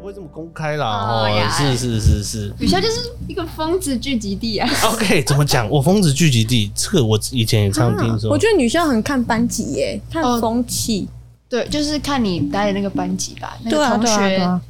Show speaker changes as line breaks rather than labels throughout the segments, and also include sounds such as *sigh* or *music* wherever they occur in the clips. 不会这么公开啦，
哦
哦，
呀
是是是是。 *laughs*
雨校就是一个疯子聚集地啊！
OK，怎么讲？我疯子聚集地，这个我以前也常听
啊
说。
我觉得女校很看班级耶，看
哦
风气。
对，就是看你待的那个班级吧，那
对
个
啊
同
对啊
学、
对啊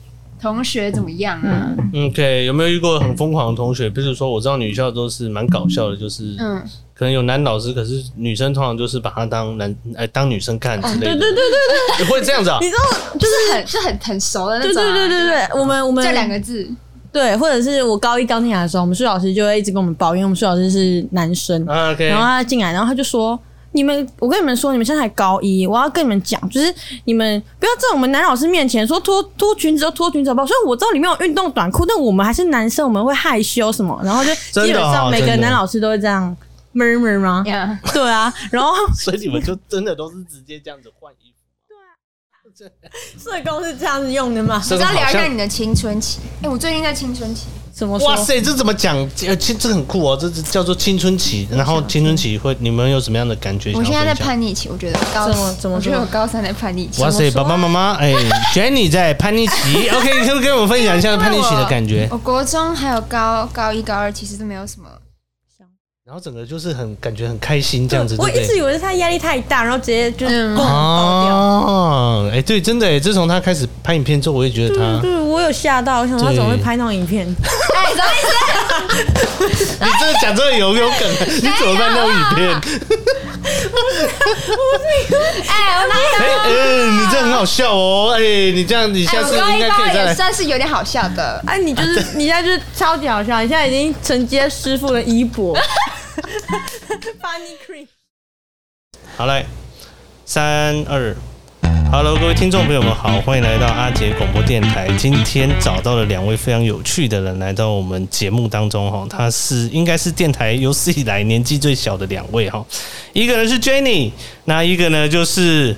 同学怎么样啊？
嗯 OK，有没有遇过很疯狂的同学？比如说，我知道女校都是蛮搞笑的，就是
嗯，
可能有男老师，可是女生通常就是把他当男哎当女生看
哦
之类的。对对对对对，会这样子啊？
你知道，就
就是
是
很就很很熟的那
对
种、
对
啊，
对对对，我们我们
这两个字，
对，或者是我高一刚进来的时候，我们数学老师就会一直跟我们抱怨，我们数学老师是男生，
啊 OK，
然后他进来，然后他就说：“你们，我跟你们说，你们现在才高一，我要跟你们讲，就是你们不要在我们男老师面前说脱脱裙子就脱裙子好不好？虽然我知道里面有运动短裤，但我们还是男生，我们会害羞什么。然后就
真的哦
基本上每个
真的
男老师都会这样 murmur 吗？
呀、
对啊，然后
所以你们就真的都是直接这样子换衣服。对啊，
社工是这样子用的吗？
这
我
个
们要聊
好
一下
像
你的青春期。哎、我最近在青春期，
怎么
哇
说？
塞，这怎么讲？呃，这这很酷哦，这是叫做青春期。然后青春期会，你们有什么样的感觉？
啊我现在在
想要分享
叛逆期，我觉得高
怎么怎么
我觉得
说
我高三在叛逆期。
哇塞，爸爸妈妈，哎，Jenny 在叛逆
*laughs*
期，OK，你可不可以跟我们分享一下叛逆期的感
啊
觉？
我国中还有高高一高二，其实都没有什么。
然后整个就是很感觉很开心这样子，
我
对不
一直
对？
以为是他压力太大，然后直接就
嗯
爆爆掉。
哦，哎，对，真的哎，自从他开始拍影片之后，我也觉得他，
*laughs* 对，我有吓到，我想他怎么会拍那种影片？
哎、怎么意思？
啊
你这个讲真的有有
*laughs*
梗，你怎么办？那种影片，
*laughs* 哎、我哪有？
哎哎，你这很好笑哦，哎，你这样你
哎、
下
我
次
高
应
一
该
高
可
二
以再
也
来。
算是有点好笑 *laughs* 的。
哎、你
*laughs*
就是你现在就是超级好笑，你现在已经承接师傅的衣钵。Funny cream，
好嘞，三二。Hello，各位听众朋友们好，欢迎来到阿杰广播电台。今天找到了两位非常有趣的人来到我们节目当中哈，他是应该是电台有史以来年纪最小的两位哈，一个人是 Jenny，那一个呢就是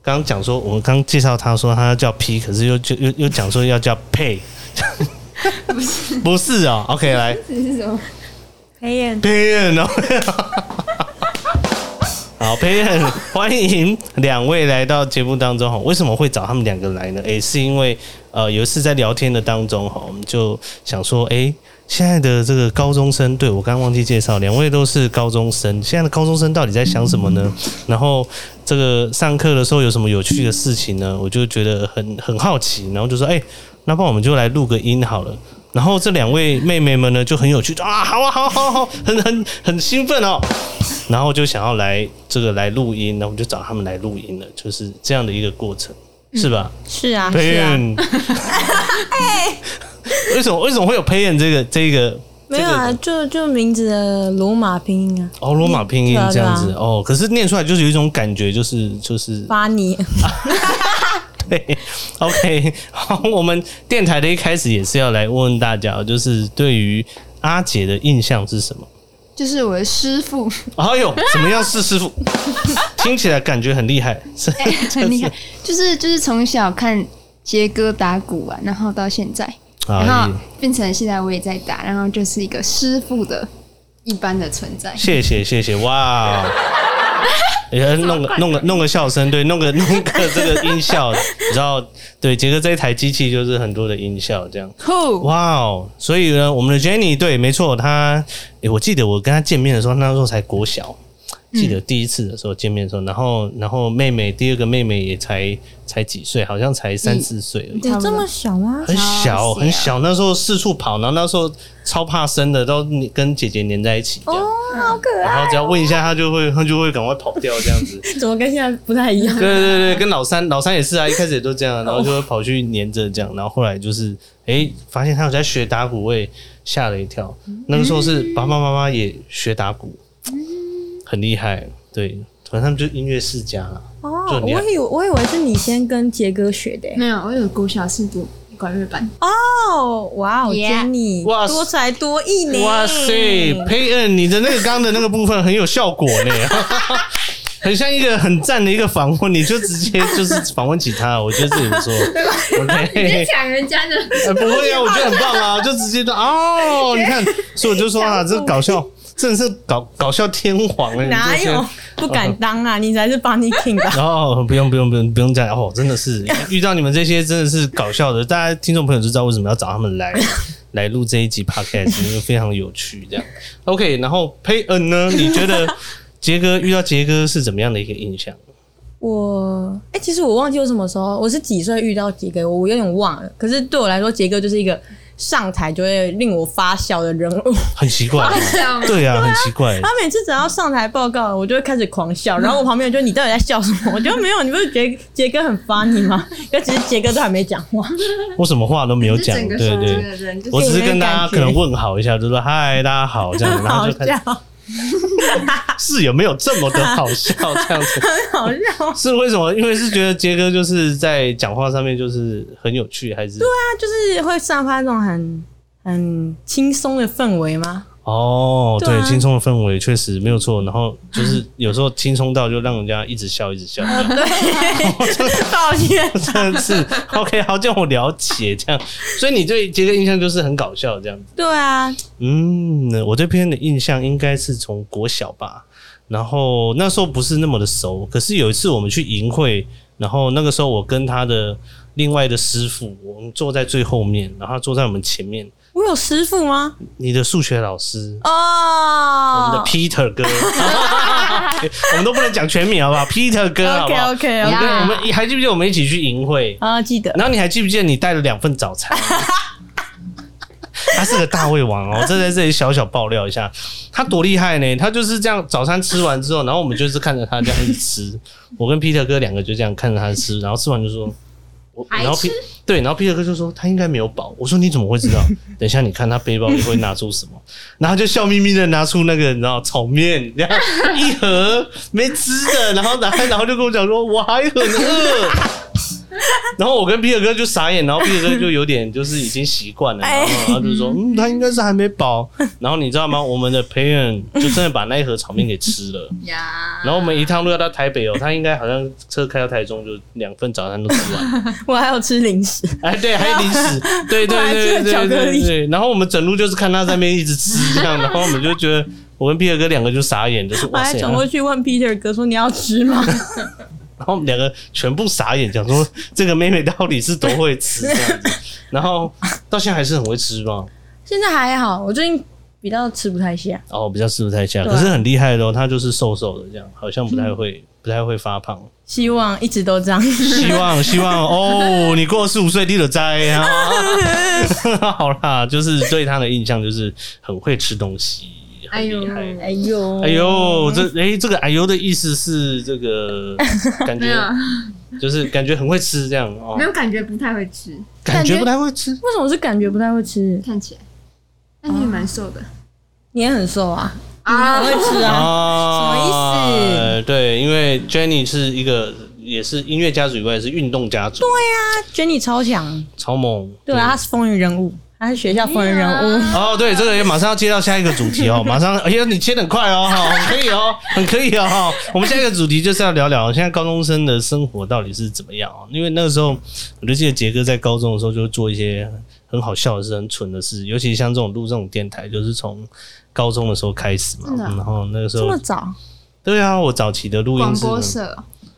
刚刚讲说我们刚介绍他说他叫 P，可是又就又又讲说要叫 *laughs* Pay，不是不是哦，OK 来
这是什么？
黑眼
佩燕哦。好，佩燕，欢迎两位来到节目当中哈。为什么会找他们两个来呢？诶、是因为呃有一次在聊天的当中哈，我们就想说，诶、现在的这个高中生，对我刚刚忘记介绍，两位都是高中生，现在的高中生到底在想什么呢？然后这个上课的时候有什么有趣的事情呢？我就觉得很很好奇，然后就说，诶、那不然我们就来录个音好了。然后这两位妹妹们呢就很有趣啊，好啊，好啊好啊好啊，很很很兴奋哦，然后就想要来这个来录音，那我们就找他们来录音了，就是这样的一个过程，是吧？
是啊，
佩
是啊，哎
燕，为什么为什么会有佩燕这个这个？
没有啊，
这个
就就名字的罗马拼音啊，
哦，罗马拼音
对啊
这样子
对
哦，可是念出来就是有一种感觉，就是就是
巴尼。
对，OK，好，我们电台的一开始也是要来问问大家，就是对于阿姐的印象是什么？
就是我的师 *laughs* 傅，
哎 *laughs* 呦，怎么样是师傅？听起来感觉很厉害，是
哎、很厉害。就是就是从小看杰哥打鼓啊，然后到现在，然
啊
后，变成现在我也在打，然后就是一个师傅的一般的存在。
谢谢谢谢，哇！ *laughs* 也弄个弄个弄个笑声，对，弄 *laughs* 个弄个这个音效，你知道，对，杰哥这一台机器就是很多的音效这样。
酷，
哇哦！所以呢，我们的 Jenny 对，没错，她、诶我记得我跟她见面的时候，那时候才国小，记得第一次的时候见面的时候，然后然后妹妹第二个妹妹也才才几岁，好像才三四岁而已。
有这么小吗？
很小
小
很小，那时候四处跑，然后那时候超怕生的，都跟姐姐黏在一起这样。
哦好可爱，
然后只要问一下，她就会她就会赶快跑掉这样子。
怎么跟现在不太一样
对？对对，跟老三老三也是啊，一开始也都这样，然后就会跑去黏着这样，然后后来就是哎、诶发现他有在学打鼓，我也吓了一跳。那个时候是爸爸妈妈也学打鼓，很厉害。对，反正他们就音乐世家啦。 *laughs* 就啊
哦，
很
我
厉害
以为我以为是你先跟杰哥学的欸。
没有，我有国小是读管乐班，
哦，哇哦
Yeah
，Jenny，
哇
多才多艺呢。
呃
*laughs*
哇塞，佩恩，你的那个刚的那个部分很有效果呢。很像一个很赞的一个访问，你就直接就是访问起他，我觉得这也不错。
你
OK，
就抢人家的，
呃不会啊，我觉得很棒啊，就直接就哦，你看，所以我就说啊，这搞笑真的是搞搞笑天皇哎、欸，
哪
你这
有
些
不敢当啊？你才是 Bunny
*laughs*
King 吧？
然后哦不用不用不用不用这样哦，真的
*laughs*
是遇到你们这些真的是搞笑的，大家听众朋友就知道为什么要找他们
*laughs*
来来录这一集 podcast，因为非常有趣。这样 OK，然后佩恩呢？你觉得杰哥遇到杰哥是怎么样的一个印象？
我哎、其实我忘记我什么时候，我是几岁遇到杰哥，我我有点忘了。可是对我来说，杰哥就是一个上台就会令我发笑的人物。
很奇怪，
笑吗
对啊，很奇怪
他。每次只要上台报告，我就会开始狂笑，然后我旁边人就你到底在笑什么？我觉得没有，你不是觉得杰哥很
*laughs*
funny 吗？可其实杰哥都还没讲话，
我什么话都没有
*laughs* 就
讲，
整
对
个说这
对。
个人，就
我
是
只是跟大
没
家
感觉
可能问好一下，就说嗨，大家好这样，
很
然后
好
就开始
笑， *laughs* 很
是有没有这么的好
*laughs*
笑这样子？
好笑。
是为什么？因为是觉得杰哥就是在讲话上面就是很有趣，还是对啊？
他就是会散发那种很很轻松的氛围吗？
哦，
对啊
对，轻松的氛围确实没有错。然后就是有时候轻松到就让人家一直笑，一直笑。这
呃
样
抱歉，
真的是 OK，好，这样我了解这样。所以你对杰哥印象就是很搞笑这样子。
对啊，
嗯，我对偏的印象应该是从国小吧，然后那时候不是那么的熟，可是有一次我们去营会，然后那个时候我跟他的另外的师傅，我们坐在最后面，然后他坐在我们前面，
我有师傅吗？
你的数学老师。我们的
哦
Peter 哥，我们都不能讲全名好不 *laughs* 好？Peter 哥好不
OK
好
OK
我
OK，
们跟我们还记不记得我们一起去营会？
啊，记得
然后你还记不记得你带了两份早餐？他是个大胃王哦，这在这里小小爆料一下，他多厉害呢！他就是这样，早餐吃完之后，然后我们就是看着他这样一直吃，我跟 Peter 哥两个就这样看着他吃，然后吃完就说，我
还
然后 P
吃
对，然后 Peter 哥就说他应该没有饱，我说你怎么会知道？等一下你看他背包里会拿出什么，然后他就笑眯眯的拿出那个你知道炒面，然后一盒没吃的，然后拿开，然后就跟我讲说我还很饿。然后我跟皮尔哥就傻眼，然后皮尔哥就有点就是已经习惯了，然
哎
后他就说，嗯，他应该是还没饱。然后你知道吗？我们的培远就真的把那一盒炒面给吃了。
呀，
然后我们一趟路要到台北哦，他应该好像车开到台中就两份早餐都吃完。
我还有吃零食，
*laughs* 哎，对，还有零
*laughs*
食，对对
我还记
对
得
对
巧
对
克力
对对。然后我们整路就是看他在那边一直吃这样，然后我们就觉得我跟皮尔哥两个就傻眼，就是
我
哇
还
塞，啊
转过去问 Peter 哥说你要吃吗？
然后我们两个全部傻眼，讲说这个妹妹到底是多会吃这样子，然后到现在还是很会吃嘛，
*laughs* 现在还好，我最近比较吃不太下。
哦，比较吃不太下，
对啊嗯
可是很厉害的哦，她就是瘦瘦的这样，好像不太会、不太会发胖，
希望一直都这样。
希望希望哦，你过十五岁你的灾啊， *laughs* 好啦，就是对她的印象就是很会吃东西，
哎
很
呦
厉害。
哎呦，
哎呦，这哎、这个哎呦的意思是这
*laughs*
个感
没
觉 *laughs*
有
就是感觉很会吃这样哦
没，有感觉不太会吃，
感觉不太会吃，
为什么是感觉不太会吃？
看起来，但是也蛮瘦
哦
的
你也很瘦啊，
啊
很会吃啊。
啊，
什么意思
思？对，因为 Jenny 是一个也是音乐家族以外，也是运动家族，对，
他啊 Jenny 超强，
超猛。
对啊，他是风云人物，他是学校风云人物。
哦，对，这个也马上要接到下一个主
*laughs*
题哦，马上，哎呀，你切得很快哦，哈，很可以哦， *laughs* 很可以哦。我们下一个主题就是要聊聊现在高中生的生活到底是怎么样哦，因为那个时候我就记得杰哥在高中的时候就做一些很好笑的事、很蠢的事，尤其像这种录这种电台，就是从高中的时候开始嘛，
真的啊
然后那个时
这
候
么早？
对啊，我早期的录音
广
是
播社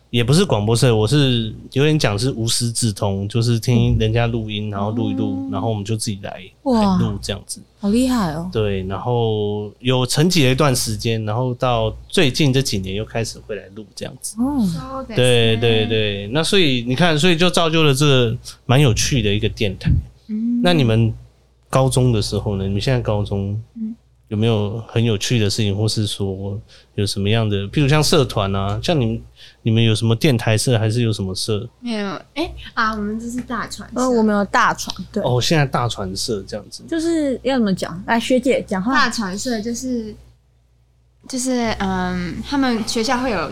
也不是广播社，我是有点讲是无师自通，就是
嗯
听人家录音，然后录一
哦
录，然后我们就自己来
哇
来录这样子。
好厉害哦！
对，然后有沉寂了一段时间，然后到最近这几年又开始会来录这样子。
哦，
哦，
对对对，那所以你看，所以就造就了这个蛮有趣的一个电台。
嗯
那你们高中的时候呢？你们现在高中
嗯
有没有很有趣的事情，或是说有什么样的，譬如像社团啊，像你们你们有什么电台社，还是有什么社？
没有哎啊，我们这是大船社，
呃，我们有大床，对，
哦，现在大船社这样子。
就是要怎么讲？来，学姐讲话
大。传社就是就是嗯，他们学校会有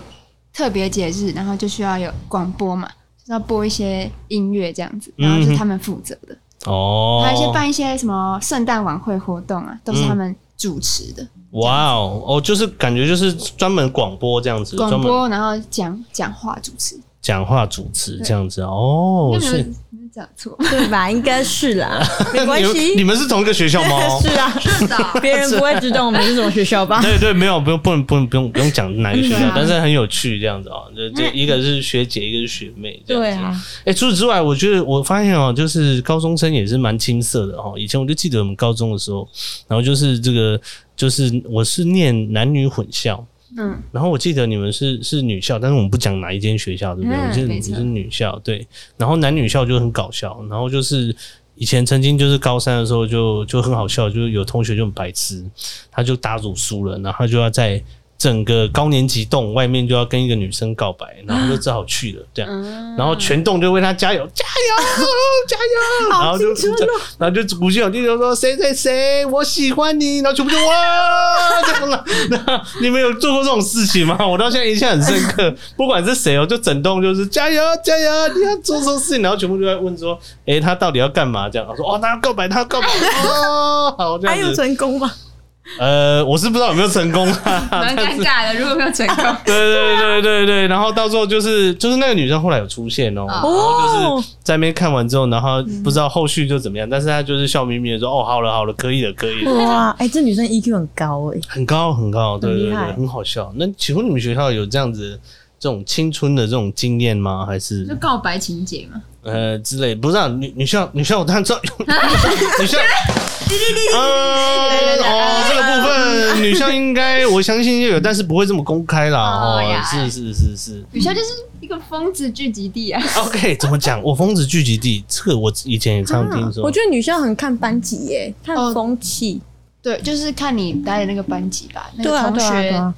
特别节日，然后就需要有广播嘛，就是要播一些音乐这样子，然
嗯
后就是他们负责的，
哦，
嗯
还有一些办一些什么圣诞晚会活动啊，都是他们主持的。
哇哦，哦，就是感觉就是专门广播这样子，专
广
门
播，然后讲讲话主持。
讲话主持这样子。哦，
那没有
是
没有讲错，
对吧？应该是
*laughs*
啦，没关
你们你
系，
们是同一个学校吗？
*laughs* 是啊，别人不会知道我们是什么学校吧？
对对，没有，不用，不能，不能，不用，不用讲哪个学校
嗯，
但是很有趣这样子哦。这这一个是学姐，一个是学妹，这样子
*laughs* 对啊，
哎、除此之外，我觉得我发现哦、就是高中生也是蛮青涩的哦、以前我就记得我们高中的时候，然后就是这个，就是我是念男女混校，
嗯，
*laughs*
然后我记得你们是是女校，但是我们不讲哪一间学校，对不对？
嗯
我记得你
没
们
错
是女校，对。然后男女校就很搞笑，然后就是以前曾经就是高三的时候就就很好笑，就是有同学就很白痴，他就打赌输了，然后他就要在整个高年级栋外面就要跟一个女生告白，然后就只好去了，这样。
嗯
然后全栋就为他加油，加
*laughs*
油，加油！然后就
哦
然后就鼓起勇气就说谁谁谁，我喜欢你，然后全部就哇这样了。那你们有做过这种事情吗？我到现在印象很深刻，不管是谁哦，就整栋就是加油加油，你要做这种事情，然后全部就在问说，诶，他到底要干嘛？这样，我说哦，他要告白，他要告白，哦，好这
还
样
有
子。
成功吗？
呃，我是不知道有没有成功啊，但
蛮尴
是
尬的。如果没有成功，
*laughs*
对对对对对，然后到最后就是就是那个女生后来有出现哦、然后就是在那边看完之后，然后不知道后续就怎么样，但是她就是笑眯眯的说：“哦，好了好了，可以了可以了，
哇，哎、这女生 EQ 很高哎、
很高很高，对
很
对
厉
对，
害
很好笑。”那请问你们学校有这样子这种青春的这种经验吗？还
就是告白情节嘛，
呃之类？不是、啊、女女校女校我当然知道， *laughs* 女校。呃哦，这个部分女校应该我相信就有，但是不会这么公开啦。
哦
哦
呀，
是是是是。
女校就是一个疯子聚集地啊。
OK，怎么讲？ *laughs* 我疯子聚集地，这个我以前也常听说。
啊我觉得女生很看班级耶、看
哦
风气、
对，就是看你待的那个班级吧，那
对
个
啊，
同
对啊，对
学
啊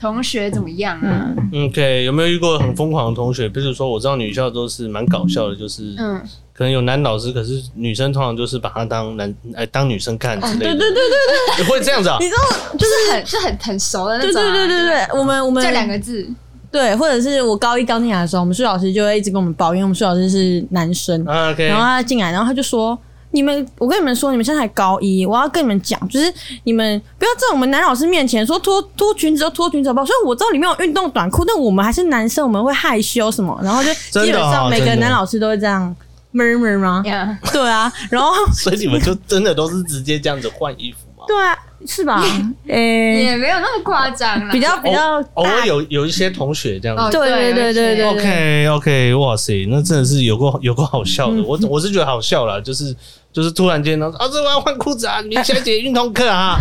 同学怎么样啊？
嗯 OK，有没有遇过很疯狂的同学？比如说，我知道女校都是蛮搞笑的，就是
嗯，
可能有男老师，可是女生通常就是把他当男哎当女生看之类
对
的。
对对对，
对，会这样子啊
你？知道，就
就是是很就很很熟的那
对
种啊。
对对对对，我们我们
这两个字，
对，或者是我高一刚进来的时候，我们数学老师就会一直跟我们抱怨，我们数学老师是男生，
啊 OK，
然后他进来，然后他就说：“你们，我跟你们说，你们现在才高一，我要跟你们讲，就是你们不要在我们男老师面前说脱脱裙子就脱裙子好不好？虽然我知道里面有运动短裤，但我们还是男生，我们会害羞什么，然后就
真的哦哦
基本上每个
真的
男老师都会这样。”嗯 murmur 吗？
呀，
对啊，然后
所以你们就真的都是直接这样子换衣服吗？
对啊，是
*laughs*
吧？诶、
也没有那么夸张啦。
嗯比较比较
哦偶
大
尔有有一些同学这样子
哦。
对对对对对
OK OK，哇塞，那真的是有够有够好笑的。我我是觉得好笑啦，就是就是突然间，然后啊，这我要换裤子啊，明小姐运动课啊，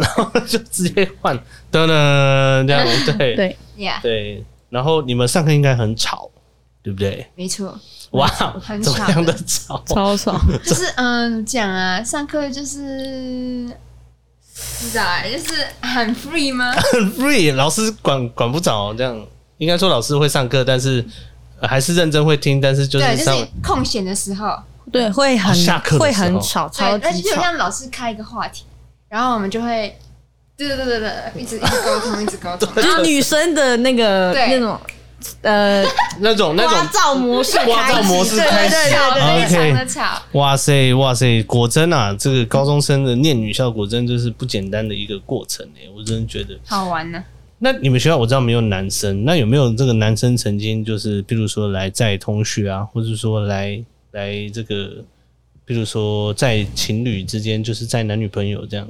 然后就直接换，噔噔这样，对
*laughs* 对，
呀，
对。然后你们上课应该很吵，对不对？
没错，
哇，哦
很
怎
吵
么样的吵？
超爽。
就是嗯，讲啊，上课就是不知道哎，就是很 free 吗？
很 free，老师管管不着，这样应该说老师会上课，但是呃还是认真会听，但是就
对，
是
就
上
是空闲的时候，
对，会很、
哦下课的时候
会很吵，超
对，那
级
就
吵。
像老师开一个话题，然后我们就会，对对对对对，一直一直沟通，一直沟通，
就是女生的那个
对
那种
*laughs*
呃
那种那种
刮噪模式开启，
刮噪模式
对
开始
对对
吵
对
得
对
非常的吵，
哇塞，哇塞，果真啊，这个高中生的念女校果真就是不简单的一个过程哎、我真的觉得。
好玩呢。
那你们学校我知道没有男生，那有没有这个男生曾经就是，譬如说来载同学啊，或者说来来这个，譬如说在情侣之间，就是在男女朋友这样，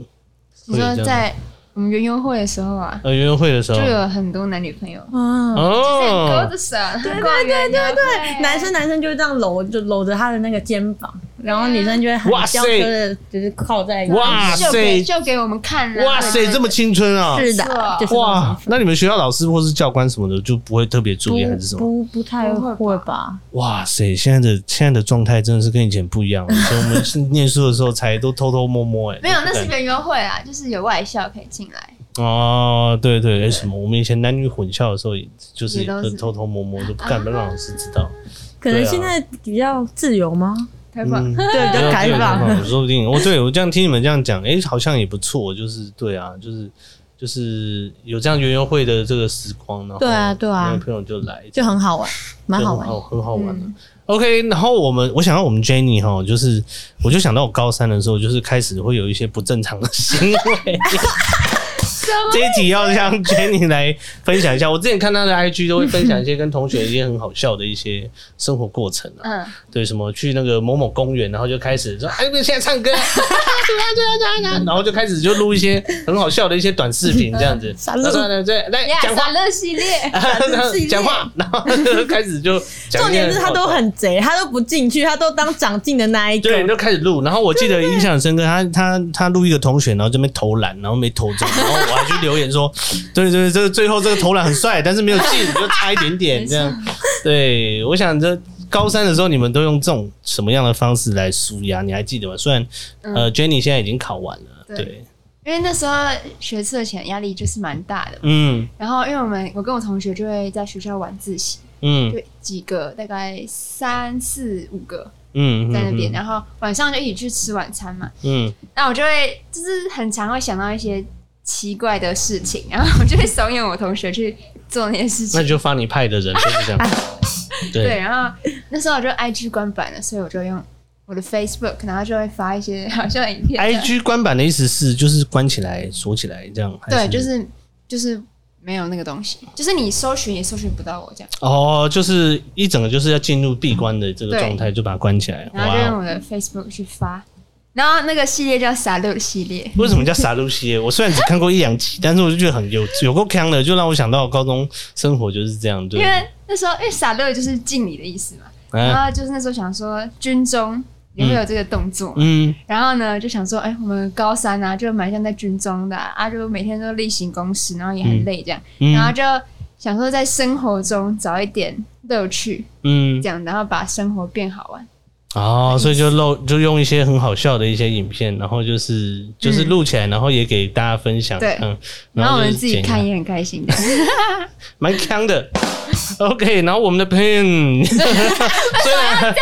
你
会有
说
这样
在我们园游会的时候啊，
呃，约会的时
就
候，
有很多男女朋友
嗯，
勾
哦
着手，对对对对对
男生男生就会这样搂，就搂着他的那个肩膀，然后女生就会很
哇塞
娇羞的，就是靠在一起。
哇
就给
塞，
就给我们看了，
哇
对
塞，
对
这么青春啊！
是的
是哦，
就是
哇，那你们学校老师或是教官什么的就不会特别注意还是什
不
么？
不不太
不会
会吧？
哇塞，现在的现在的状态真的是跟以前不一样了。以
*laughs*
前我们是念书的时候才都偷偷摸摸、欸，哎，
没有，那是
都不敢
园游会啊，就是有外校可以进来，
哦，对对，哎、什么？我们以前男女混校的时候，也就是
也
也
都是
都偷偷摸摸，都不敢让老师知道。
可能现在比较自由吗？
开放。
嗯
*laughs* 对，比较开放。，
说不定哦，对我这样听你们这样讲，哎、好像也不错，就是对啊，就是就是有这样圆圆会的这个时光，然后
对啊对啊
男朋友就来，
就很好玩，
啊
蛮好玩
就。很好很好玩的。
嗯
OK，然后我们我想到我们 Jenny 哈，就是我就想到我高三的时候，就是开始会有一些不正常的行为。这一集要让 Jenny 来分享一下。我之前看她的 IG 都会分享一些跟同学一些很好笑的一些生活过程啊，
嗯，
对，什么去那个某某公园，然后就开始说，哎，你们现在唱歌， *laughs* 啊然后就开始就录一些很好笑的一些短视频这样子，
傻
然
乐
后对对，来
呀，
*laughs* 讲话
散。乐系列，
讲话，然后就开始就讲
重
一些
点是他
很好
都
笑的
很贼，他都不进去，他都当长进的那一个。
对，就开始录。然后我记得印象很深刻，他他他录一个同学，然后这边投篮，然后没投
*laughs*
中，然后我还去留言说，对对，这个最后这个投篮很帅，但是没有进，就差一点点这
*laughs*
样。对，我想这高三的时候，你们都用这种什么样的方式来舒压？你还记得吗？虽然呃，Jenny
嗯
现在已经考完了，
对
对，
因为那时候学测前压力就是蛮大的嘛，
嗯
然后因为我们我跟我同学就会在学校晚自习，
嗯
就几个大概三四五个
嗯，
在那边，然后晚上就一起去吃晚餐嘛，
嗯，
那我就会就是很常会想到一些奇怪的事情，然后我就会怂恿我同学去做那些事
那
情。
你就发你派的人就是这
*laughs*
样，
对，
对，
然后那时候我就 IG 关版了，所以我就用我的 Facebook，然后就会发一些 *laughs* 好像影片。
I G 关版的意思是就是关起来、锁起来这样，还
对，就是就是没有那个东西，就是你搜寻也搜寻不到我这样，
哦，就是一整个就是要进入闭关的这个
对
状态，就把它关起来。
然后就用
哇，哦
我的 Facebook 去发。然后那个系列叫“傻六”系列，
为什么叫傻露西？我虽然只看过一两集，但是我就觉得很有有够坑的，就让我想到高中生活就是这样，
因
对。
为呃那时候因为“傻六”就是敬礼的意思嘛，然
哎，
后就是那时候想说军中也会有这个动作嘛，
嗯
然后呢，就想说，哎、我们高三啊，就蛮像在军中的啊，啊就每天都例行公事，然后也很累这样，然后
嗯
就想说在生活中找一点乐趣，
嗯
这，样，然后把生活变好玩。
哦，所以就露就用一些很好笑的一些影片，然后就是就是录起来，然后也给大家分享。
对
嗯，
然后我
就
们
是
自己
剪
看也很开心的，
蛮强的。OK，然后我们的 Pan，虽然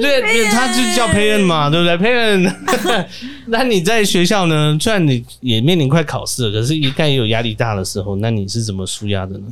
对，他就叫 Pan 嘛，对不对？Pan，那 *laughs* 你在学校呢？虽然你也面临快考试了，可是一旦也有压力大的时候，那你是怎么舒压的呢？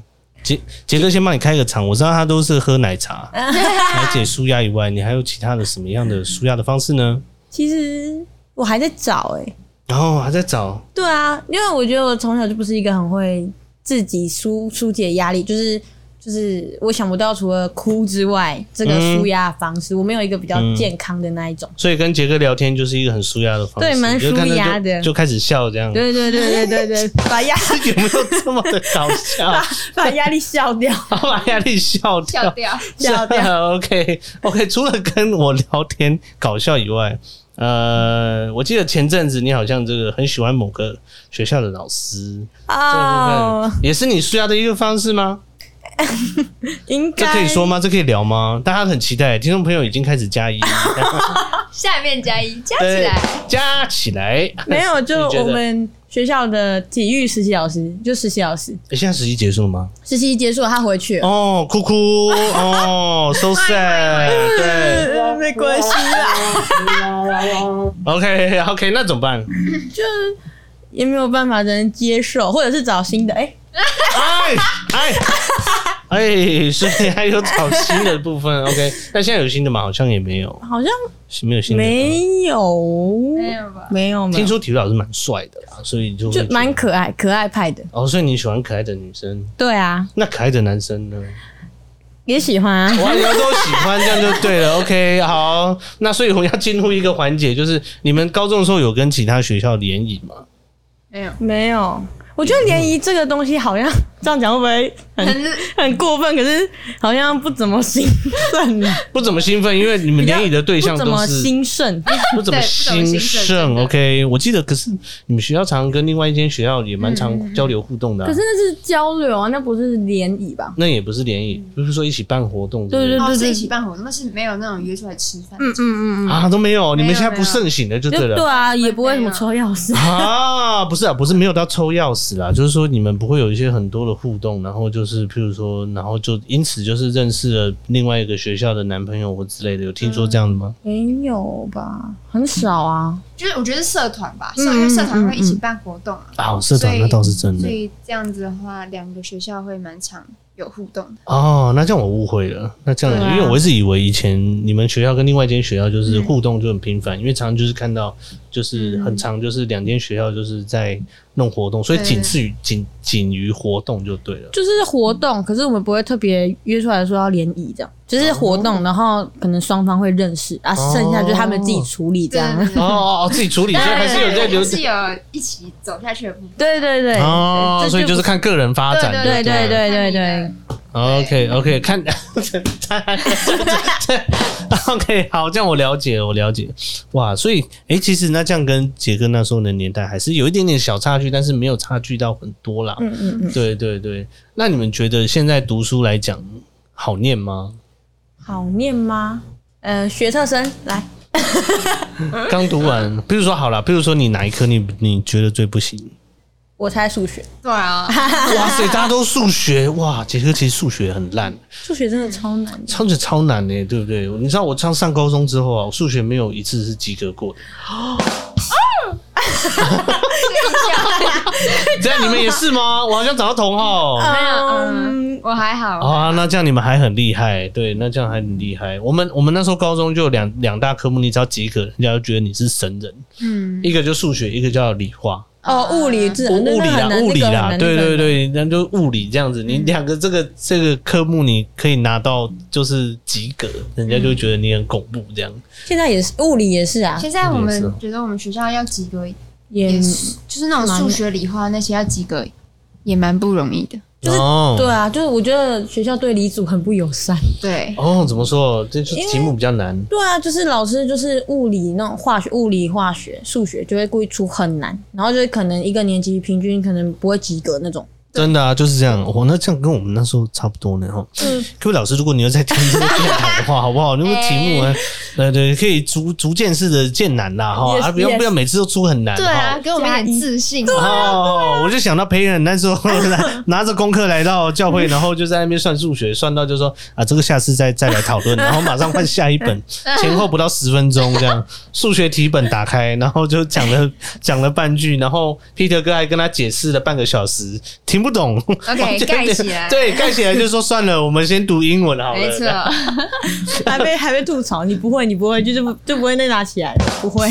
杰杰哥先帮你开个场，我知道他都是喝奶茶来解舒压以外，你还有其他的什么样的舒压的方式呢？
其实我还在找哎、
然后还在找，
对啊，因为我觉得我从小就不是一个很会自己疏疏解压力，就是就是我想不到除了哭之外，这个
嗯
舒压的方式，我没有一个比较健康的那一种。
所以跟杰哥聊天就是一个很舒压的方式，
对蛮
就看着
舒压
就
的
就开始笑这样，有
对对对对对对，把压
没 *laughs* 有这么的搞笑？
把压力笑掉，
*laughs* 然后把压力笑掉。
笑掉。
笑
*laughs*
掉。
OK OK，除了跟我聊天搞笑以外，呃，我记得前阵子你好像这个很喜欢某个学校的老师，这部
哦
分，也是你舒压的一个方式吗？
应
这
该
可以说吗？这可以聊吗？大家很期待，听众朋友已经开始
*laughs*
加一，
下面加一，加起
对
来。，
加起来。
没有，就
你觉得
我们学校的体育实习老师，就实习老师，
诶哎现在实习结束了吗？
实习结束了，他回去了。
哦，哭哭，哦，so
*laughs*
sad，对
呃没关系啦，
，OK OK，那怎么办？
就是也没有办法，只能接受，或者是找新的。哎、
哎哎哎，所以还有找新的部分，OK。但 *laughs* 现在有新的吗？好像也没有，
好像
没有新的。
没有，
没有吧
没有，没
听
有，
说体育老师蛮帅的啦，所以就会
就
觉得
蛮可爱，可爱派的。
哦。所以你喜欢可爱的女生，
对啊，
那可爱的男生呢？ *laughs*
也喜欢啊。
哇，你们都喜欢，这样就对了。OK，好，那所以我们要进入一个环节，就是你们高中的时候有跟其他学校联谊吗？
没有，
没有，我觉得联谊这个东西好像这样讲会不会
但
很
是
很过分？可是好像不怎么兴盛啊，
不怎么兴奋，因为你们
比
*laughs*
较
联谊的对象
不怎
都
么
是
兴盛。
不怎么
对不怎么
兴
兴盛
盛。
真的
OK，我记得，可是你们学校常跟另外一间学校也蛮常交流互动的啊、
可是那是交流啊，那不是联谊吧？
那也不是联谊，就是说一起办活动之类的，
对
哦，
对
是
对
一起办活动，但是没有那种约出来吃饭。
嗯嗯嗯嗯，
啊，都没有，你们现在
没
不
有
盛行的就
就
对了。
对啊，也不会什么抽钥
*laughs*
匙。
啊，不是啊，不是没有到抽钥匙啦，就是说你们不会有一些很多的互动，然后就是譬如说，然后就因此就是认识了另外一个学校的男朋友或之类的，有听说这样的吗？
没有吧？很少啊。
就是我觉得是社团吧，社
嗯
因为社团会一起办活动嘛，
啊，社
所
团
以
那倒是真
所
的
以这样子的话，两个学校会蛮常有互动的。
哦，那这样我误会了，那这样、
对啊
因为我一直以为以前你们学校跟另外一间学校就是
嗯
嗯
互动就很频繁，因为常常就是看到就是很常就是两间学校就是在弄活动，所以
对
仅次于仅仅于活动就
*laughs*
对了。
就是活动，可是我们不会特别约出来说要联谊这样，就是活动，然后可能双方会认识啊，
哦
剩下就是他们自己处理这样。
哦哦哦，自己处理，所以还是有在留
对是有一起走下去的部分。
*laughs* 对对对，
哦，
这
所以就是看个人发展，
对
不
对对对对
看你的
OK OK，看，OK 好，这样我了解了，我了解。哇，所以诶，其实那这样跟杰哥那时候的年代还是有一点点小差距，但是没有差距到很多啦。
嗯嗯嗯，
对对对，那你们觉得现在读书来讲好念吗？
好念吗？呃，学测生来，
刚读完，比如说好了，比如说你哪一科你你觉得最不
*laughs*
行？
我猜数学，
对啊，
哇塞，大家都数学，哇，杰哥其实数学很烂，
数学真的超难的。
超级超难呢、对不对？你知道我上上高中之后啊，我数学没有一次是及格过的。哦 *laughs* 这样你们也是吗？我好像找到同号。
嗯
没有，嗯，我还好。
好啊，那这样你们还很厉害，对，那这样还很厉害。我们我们那时候高中就有两两大科目，你只要及格，人家就觉得你是神人。
嗯，
一个就数学，一个叫理化，
哦，物理自
物
那
物
个
理
很
啦，
难
物理啦，对对，
那个很难
对，
那个很难嗯
那就物理这样子。你两个这个这个科目你可以拿到就是及格，人家就
嗯
会觉得你很恐怖这样。
现在也是物理也是啊，
现在我
也是哦
们觉得我们学校要及格，
也
也是就是那种数学、理化那些要及格，也蛮不容易的。
就是
哦
对啊，就是我觉得学校对理组很不友善。
对，
哦，怎么说？这就
因为
题目比较难。
对啊，就是老师就是物理那种化学、物理、化学、数学就会故意出很难，然后就是可能一个年级平均可能不会及格那种。
真的啊，就是这样。我、那这样跟我们那时候差不多呢，哈。
嗯
各位老师，如果你要在听这个电台
*laughs*
的话，好不好？那个题目
哎
啊，呃，对，可以逐逐渐式的渐难啦，哈
Yes,
啊，不要
yes
不要每次都出很难，
对啊，
哈。
给我们一点自信。
哦，我就想到培仁那时候
*laughs*
拿拿着功课来到教会，然后就在那边算数学，算到就说啊，这个下次再再来讨论，然后马上换下一
*laughs*
本，前后不到十分钟这样， *laughs* 数学题本打开，然后就讲了讲了半句，然后 Peter 哥还跟他解释了半个小时，听不懂
OK，
完全
盖起来
*laughs* 对，盖起来就说算了，我们先读英文好了，
没错
这，样
*laughs* 还被还被吐槽，你不会，你不会，就是不就不会那拿起来的，不会。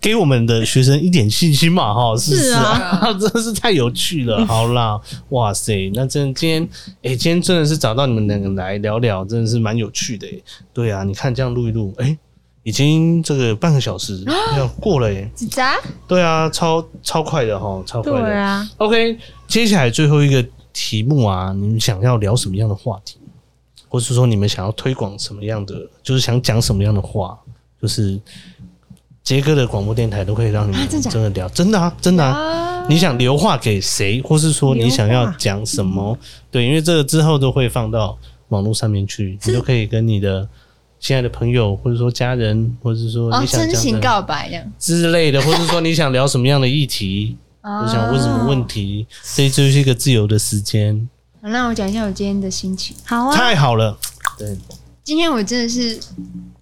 给我们的学生一点信心嘛，哈，是不是
是
啊？ *laughs*
啊
真是太有趣了，好啦，哇塞，那真的今天，哎、今天真的是找到你们两个来聊聊，真的是蛮有趣的、诶对啊，你看这样录一录，哎、已经这个半个小时要过了、诶
子扎
对啊，超超快的哈，超快
对
的。
啊，
OK，接下来最后一个题目啊，你们想要聊什么样的话题，或是说你们想要推广什么样的，就是想讲什么样的话，就是杰哥的广播电台都可以让你
啊
们
真假
真的聊，真的啊，真的啊。
啊，
你想留话给谁，或是说你想要
留话
讲什么？
嗯
对，因为这个之后都会放到网络上面去，你都可以跟你的亲爱的朋友，或者说家人，或者说
哦，
你想
真
讲
情
的
告白这样。
之类的，或者说你想聊什么样的议题，
我
我想问什么问题，
啊
这就是一个自由的时间，
好，那我讲一下我今天的心情。
好啊，
太好了。对
今天我真的是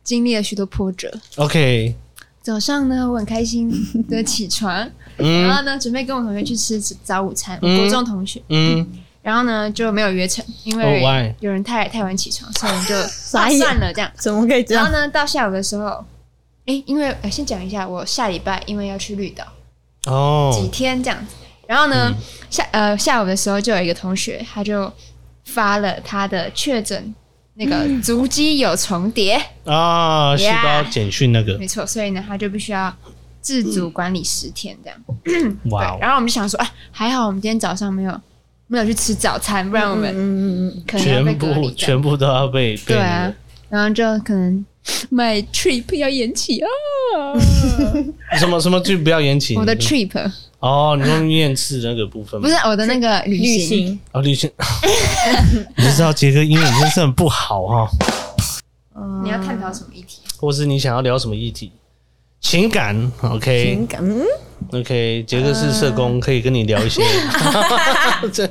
经历了许多波折。
，OK，
早上呢，我很开心的起床，然
嗯
后呢，准备跟我同学去吃早午餐，
嗯
我国中同学。
嗯，
然后呢，就没有约成，因
Oh, why？
为有人太太晚起床，所以我们就啊
傻眼
算了这样。
怎么可以这
然后
样？
呢，到下午的时候，诶，因为、呃、先讲一下，我下礼拜因为要去绿岛几
哦，嗯
天这样子。然后呢，下呃下午的时候就有一个同学，他就发了他的确诊那
嗯
个足迹有重叠，
啊，细胞
Yeah
简讯那个，
没错，所以呢，他就必须要自主管理十天这样。
哇
对，
哦，
然后我们就想说，啊，还好我们今天早上没有没有去吃早餐，不然我们
嗯嗯嗯，
可能要被
全
隔离
部
这样。
全部都要被被
对
那
啊
个，
然后就可能 my trip 要延期啊，
什么什么剧不要延期，
我的 trip
哦，你说面试那个部分吗
不是我的那个旅
旅
行，
行
哦，旅行， *laughs* 你知道杰哥英文真是很不好哈，
你要
嗯
探讨什么议题？
或是你想要聊什么议题？情感
情
，OK
感，嗯，
OK，杰哥
啊
是社工，可以跟你聊
*laughs*
一些。这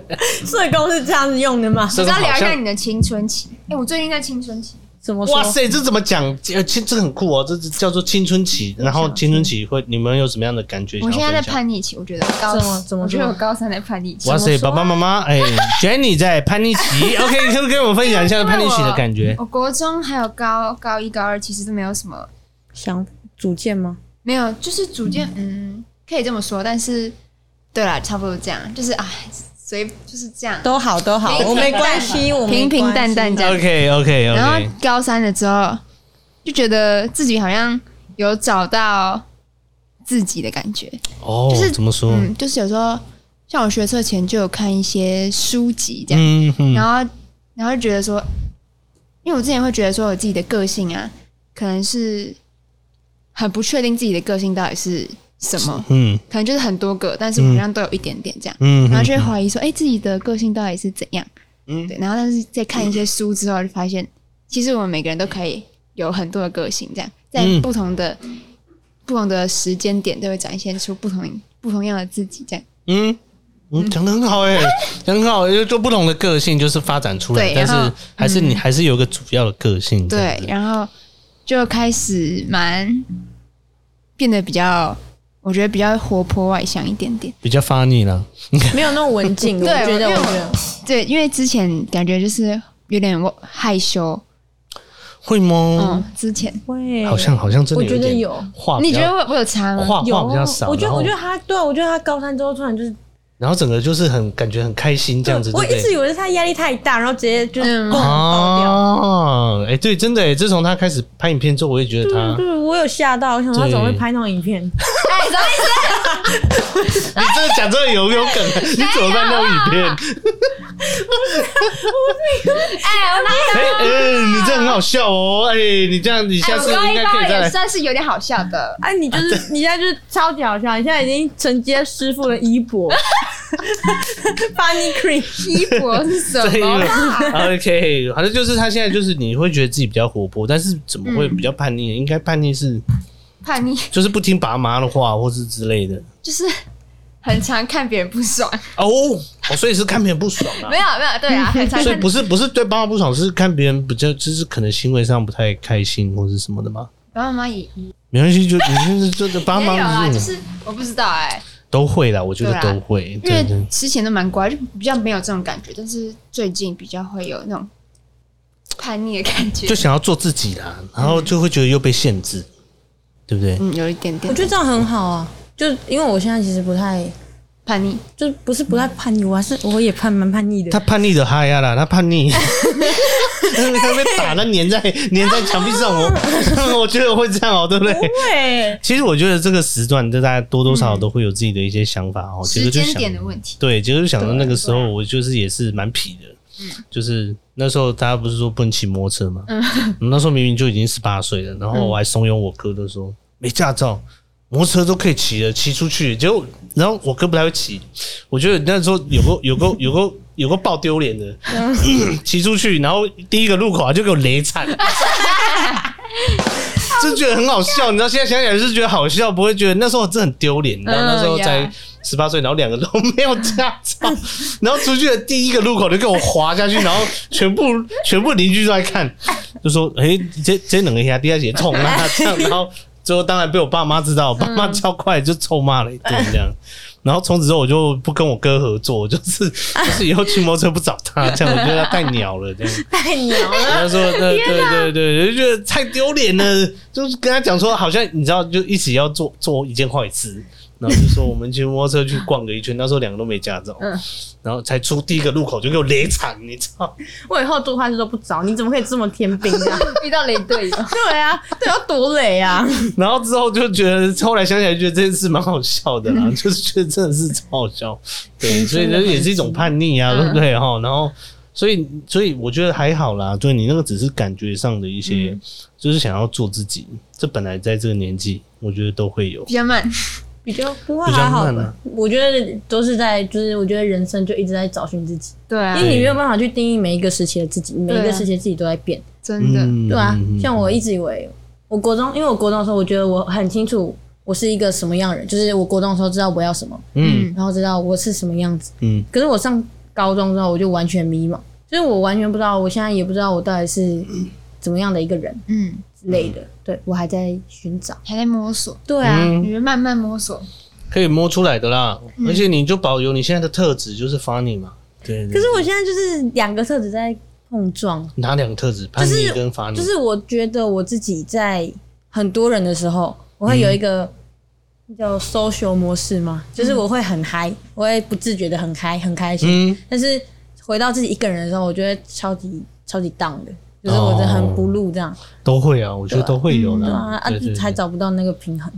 社工是这样子用的吗？
社
我
工
是要
好
聊一下
像
你的青春期。哎、我最近在青春期，
怎么
哇
说？
塞，这怎么讲？呃，青这个很酷哦，这是叫做青春期。然后青春期会，你们有什么样的感觉？
我现在在
想要分享。
叛逆期，我觉得我高
怎么怎么
我觉得
说
我高三在叛逆期。
哇塞，
怎么说
爸爸妈妈，哎，Jenny 在叛逆
*laughs*
期。OK，你可不可以跟我分享一下叛逆期的感觉？
我国中还有高高一高二，其实都没有什么，
想组建吗？
嗯没有就是逐渐嗯，可以这么说，但是对啦，差不多这样，就是啊，随就是这样，
都好都好，
平平
我没关系，我没
平平淡淡
关
这样。
OK OK
啊然后
OK，
高三了之后，就觉得自己好像有找到自己的感觉，
哦，
就是
怎么说？
嗯，就是有时候像我学测前就有看一些书籍这样，
嗯嗯
然后然后就觉得说，因为我之前会觉得说我自己的个性啊，可能是很不确定自己的个性到底是什么，
嗯
可能就是很多个，但是我好像都有一点点这样，
嗯，
然后就会
嗯
怀疑说，哎、自己的个性到底是怎样？
嗯
对，然后但是在看一些书之后，就发现其实我们每个人都可以有很多的个性，这样在
嗯
不同的、不同的时间点都会展现出不同不同样的自己，这样
嗯嗯，讲的很好
*laughs*
哎，讲得很好，就就不同的个性就是发展出来，
对
但
然后嗯
是还是你还是有一个主要的个性，这样
对
子，
然后就开始蛮变得比较，我觉得比较活泼外向一点点。
比较发腻了。
系，没有那种文静，我
对
觉得
因
我
为我
觉得
对，因为之前感觉就是有点我害羞，
会吗
嗯？，之前
会，
嗯
好像好像真
我
的
觉得
点
有。
话比
你
较，
觉得我我有差吗？
话
有，哦
话比较少，
我觉
然
得，
后
我觉得他，对啊我觉得他高三之后突然就是
然后整个就是很感觉很开心这样子，
我
对不
一
对
直以为是他压力太大，然后直接就
嗯
爆爆掉。嗯
哦，哎、对，真的哎，自从他开始拍影片之后，我也觉得他，
对，我有吓到，我想说他
啊对
怎么会拍那种
*laughs*
影片？
哎，怎么意思
你这个讲真的有有梗，你怎么办？弄影片？
哎，我哪
哎、哎、你这很好笑哦，哎、你这样，你
哎
下
我
次
高
应
一
该
高
可以再
二也
来。
算是有点好笑的。
*laughs*
啊，你就是你现在就是超级好笑，你现在已经承接师傅的
*laughs*
衣钵，Funny Cream，
衣服是什
*laughs*
么啦？
OK，反正就是他现在就是你会觉得自己比较活泼，但是怎么会比较叛逆？应该叛逆是
叛逆
就是不听爸妈的话，或是之类的。
就是很常看别人不爽，
哦，哦所以是看别人不爽啊
没。有没有，对啊，很常
所以
看
不，是不是对爸妈不爽，是看别人比较，就是可能行为上不太开心或是什么的吧。
爸爸妈妈也也
没关系，就你就是 *laughs* 就是帮
也有啊，
忙，
就是我不知道哎，
都会啦，我觉得
对啦啊
都会。
因
对
为
对，
之前都蛮乖，就比较没有这种感觉，但是最近比较会有那种叛逆的感觉
就，想要做自己啦，然后就会觉得又被限制，对不对？
嗯，有一点
我
点
觉得这样很好啊。就因为我现在其实不太，
叛逆，
就不是不太叛逆，我还是我也叛蛮叛逆
他
的。
叛逆的嗨呀啦，他叛
*laughs*
逆，他被打，他粘在粘在墙壁上，我我觉得会这样哦、 *laughs* 对不对？
*laughs*
对，
其实我觉得这个时段，就大家多多少少都会有自己的一些想法哦、其
嗯
实
时
就
间
想
点的问题，
对，结果就想到那个时
对
候，
啊嗯
我就是也是蛮痞的，就是那时候大家不是说不能骑摩托车嘛，我 *laughs* 那时候明明就已经十八岁了，然
嗯
后我还怂恿我哥就说没驾照，摩托车都可以骑了，骑出去，结果然后我哥不太会骑，我觉得那时候有个有个有个有个爆丢脸的，
嗯
*coughs* 骑出去，然后第一个路口啊就给我雷惨。 *laughs* 就觉得很好笑，你知道，现在想起来就是觉得好笑，不会觉得那时候真的很丢脸。你知道，那时候
嗯
才
呀
十八岁，然后两个都没有驾
*laughs*
照，然后出去的第一个路口就给我滑下去，然后全部 *laughs* 全部邻居都在看，就说：“哎、这这冷一下，第二节痛啊！”这样，然后最后当然被我爸妈知道，我爸妈超快就臭骂了一顿这样。 *laughs* 然后从此之后我就不跟我哥合作，我就是 *laughs* 就是以后骑摩托车不找他，这样我觉得他太鸟了这样。
太牛
啊
了。
他说：“对对对对，就觉得太丢脸了。”就是跟他讲说，好像你知道，就一起要做做一件坏事，然后就说我们骑摩托车去逛个一圈。那时候两个都没驾照，然后才出第一个路口就给我雷惨，你知道？
我以后做坏事都不找你，怎么可以这么天兵啊？
*laughs* 遇到雷队友，
对啊，对，要多累啊！
然后之后就觉得，后来想起来觉得这件事蛮好笑的
嗯
啦，就是觉得真的是超好笑。
*laughs*
对，所以这也是一种叛逆啊，对不对哈？然后。所以，所以我觉得还好啦。对你那个只是感觉上的一些，
嗯
就是想要做自己。这本来在这个年纪，我觉得都会有。
比较慢，
比较不会
比较
还好
慢
吧
啊？
我觉得都是在，就是我觉得人生就一直在找寻自己，
对啊
嗯
因，为你没有办法去定义每一个时期的自己，每一个时期的自己都在变，
真的，
嗯
对啊
嗯嗯。
像我一直以为，我国中，因为我国中的时候，我觉得我很清楚我是一个什么样的人，就是我国中的时候知道我要什么，
嗯
嗯
然后知道我是什么样子。
嗯
可是我上高中之后，我就完全迷茫，就是我完全不知道，我现在也不知道我到底是怎么样的一个人
嗯，
之类的，对我还在寻找。
还在摸索，
对啊，
我
嗯，
觉得慢慢摸索，
可以摸出来的啦。
嗯
而且你就保留你现在的特质，就是 funny 嘛。对，对
可是我
对
现在就是两个特质在碰撞，
哪两个特质？
就
叛逆
是
跟 funny。
就是我觉得我自己在很多人的时候，我会有一个叫 social 模式嘛，就是我会很嗨，我会不自觉的很嗨，很开
嗯
心。但是回到自己一个人的时候，我觉得超级超级 down 的，就是我真的很不入这样，
都会啊，我觉得都会有
对啊
啦，
啊
嗯对对，对
还找不到那个平衡。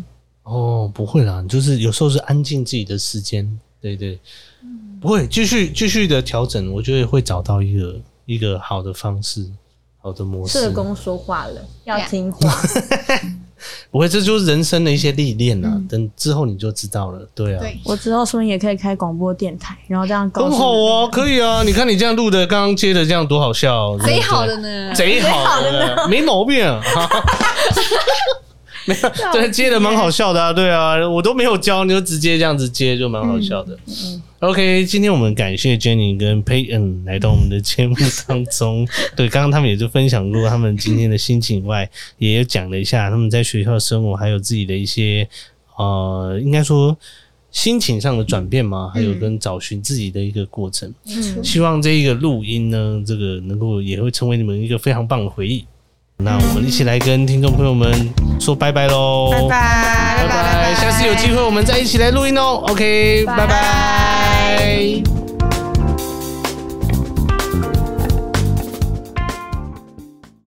哦，不会啦，就是有时候是安静自己的时间，对对，不会继续继续的调整，我觉得会找到一个一个好的方式，好的模式。
社工说话了，要
Yeah
听话。
不会，这就是人生的一些历练啦。等之后你就知道了，对啊。
对，
我之后说不定也可以开广播电台，然后这样告
很
诉
好哦，可以啊！你看你这样录的，刚刚接的这样多好笑、哦，
贼
对不对
好的呢，
贼好的呢，没毛病、 *laughs* 啊。没有，对，接的蛮好笑的啊，对啊，我都没有教，你就直接这样子接，就蛮好笑的。OK，今天我们感谢 Jenny 跟 Payton 来到我们的节目当中。对，刚刚他们也就分享过他们今天的心情以外，也有讲了一下他们在学校的生活，还有自己的一些呃，应该说心情上的转变嘛，还有跟找寻自己的一个过程。
没错
希望这一个录音呢，这个能够也会成为你们一个非常棒的回忆。那我们一起来跟听众朋友们说拜拜喽，
拜拜
拜拜，下次有机会我们再一起来录音哦。OK，拜拜。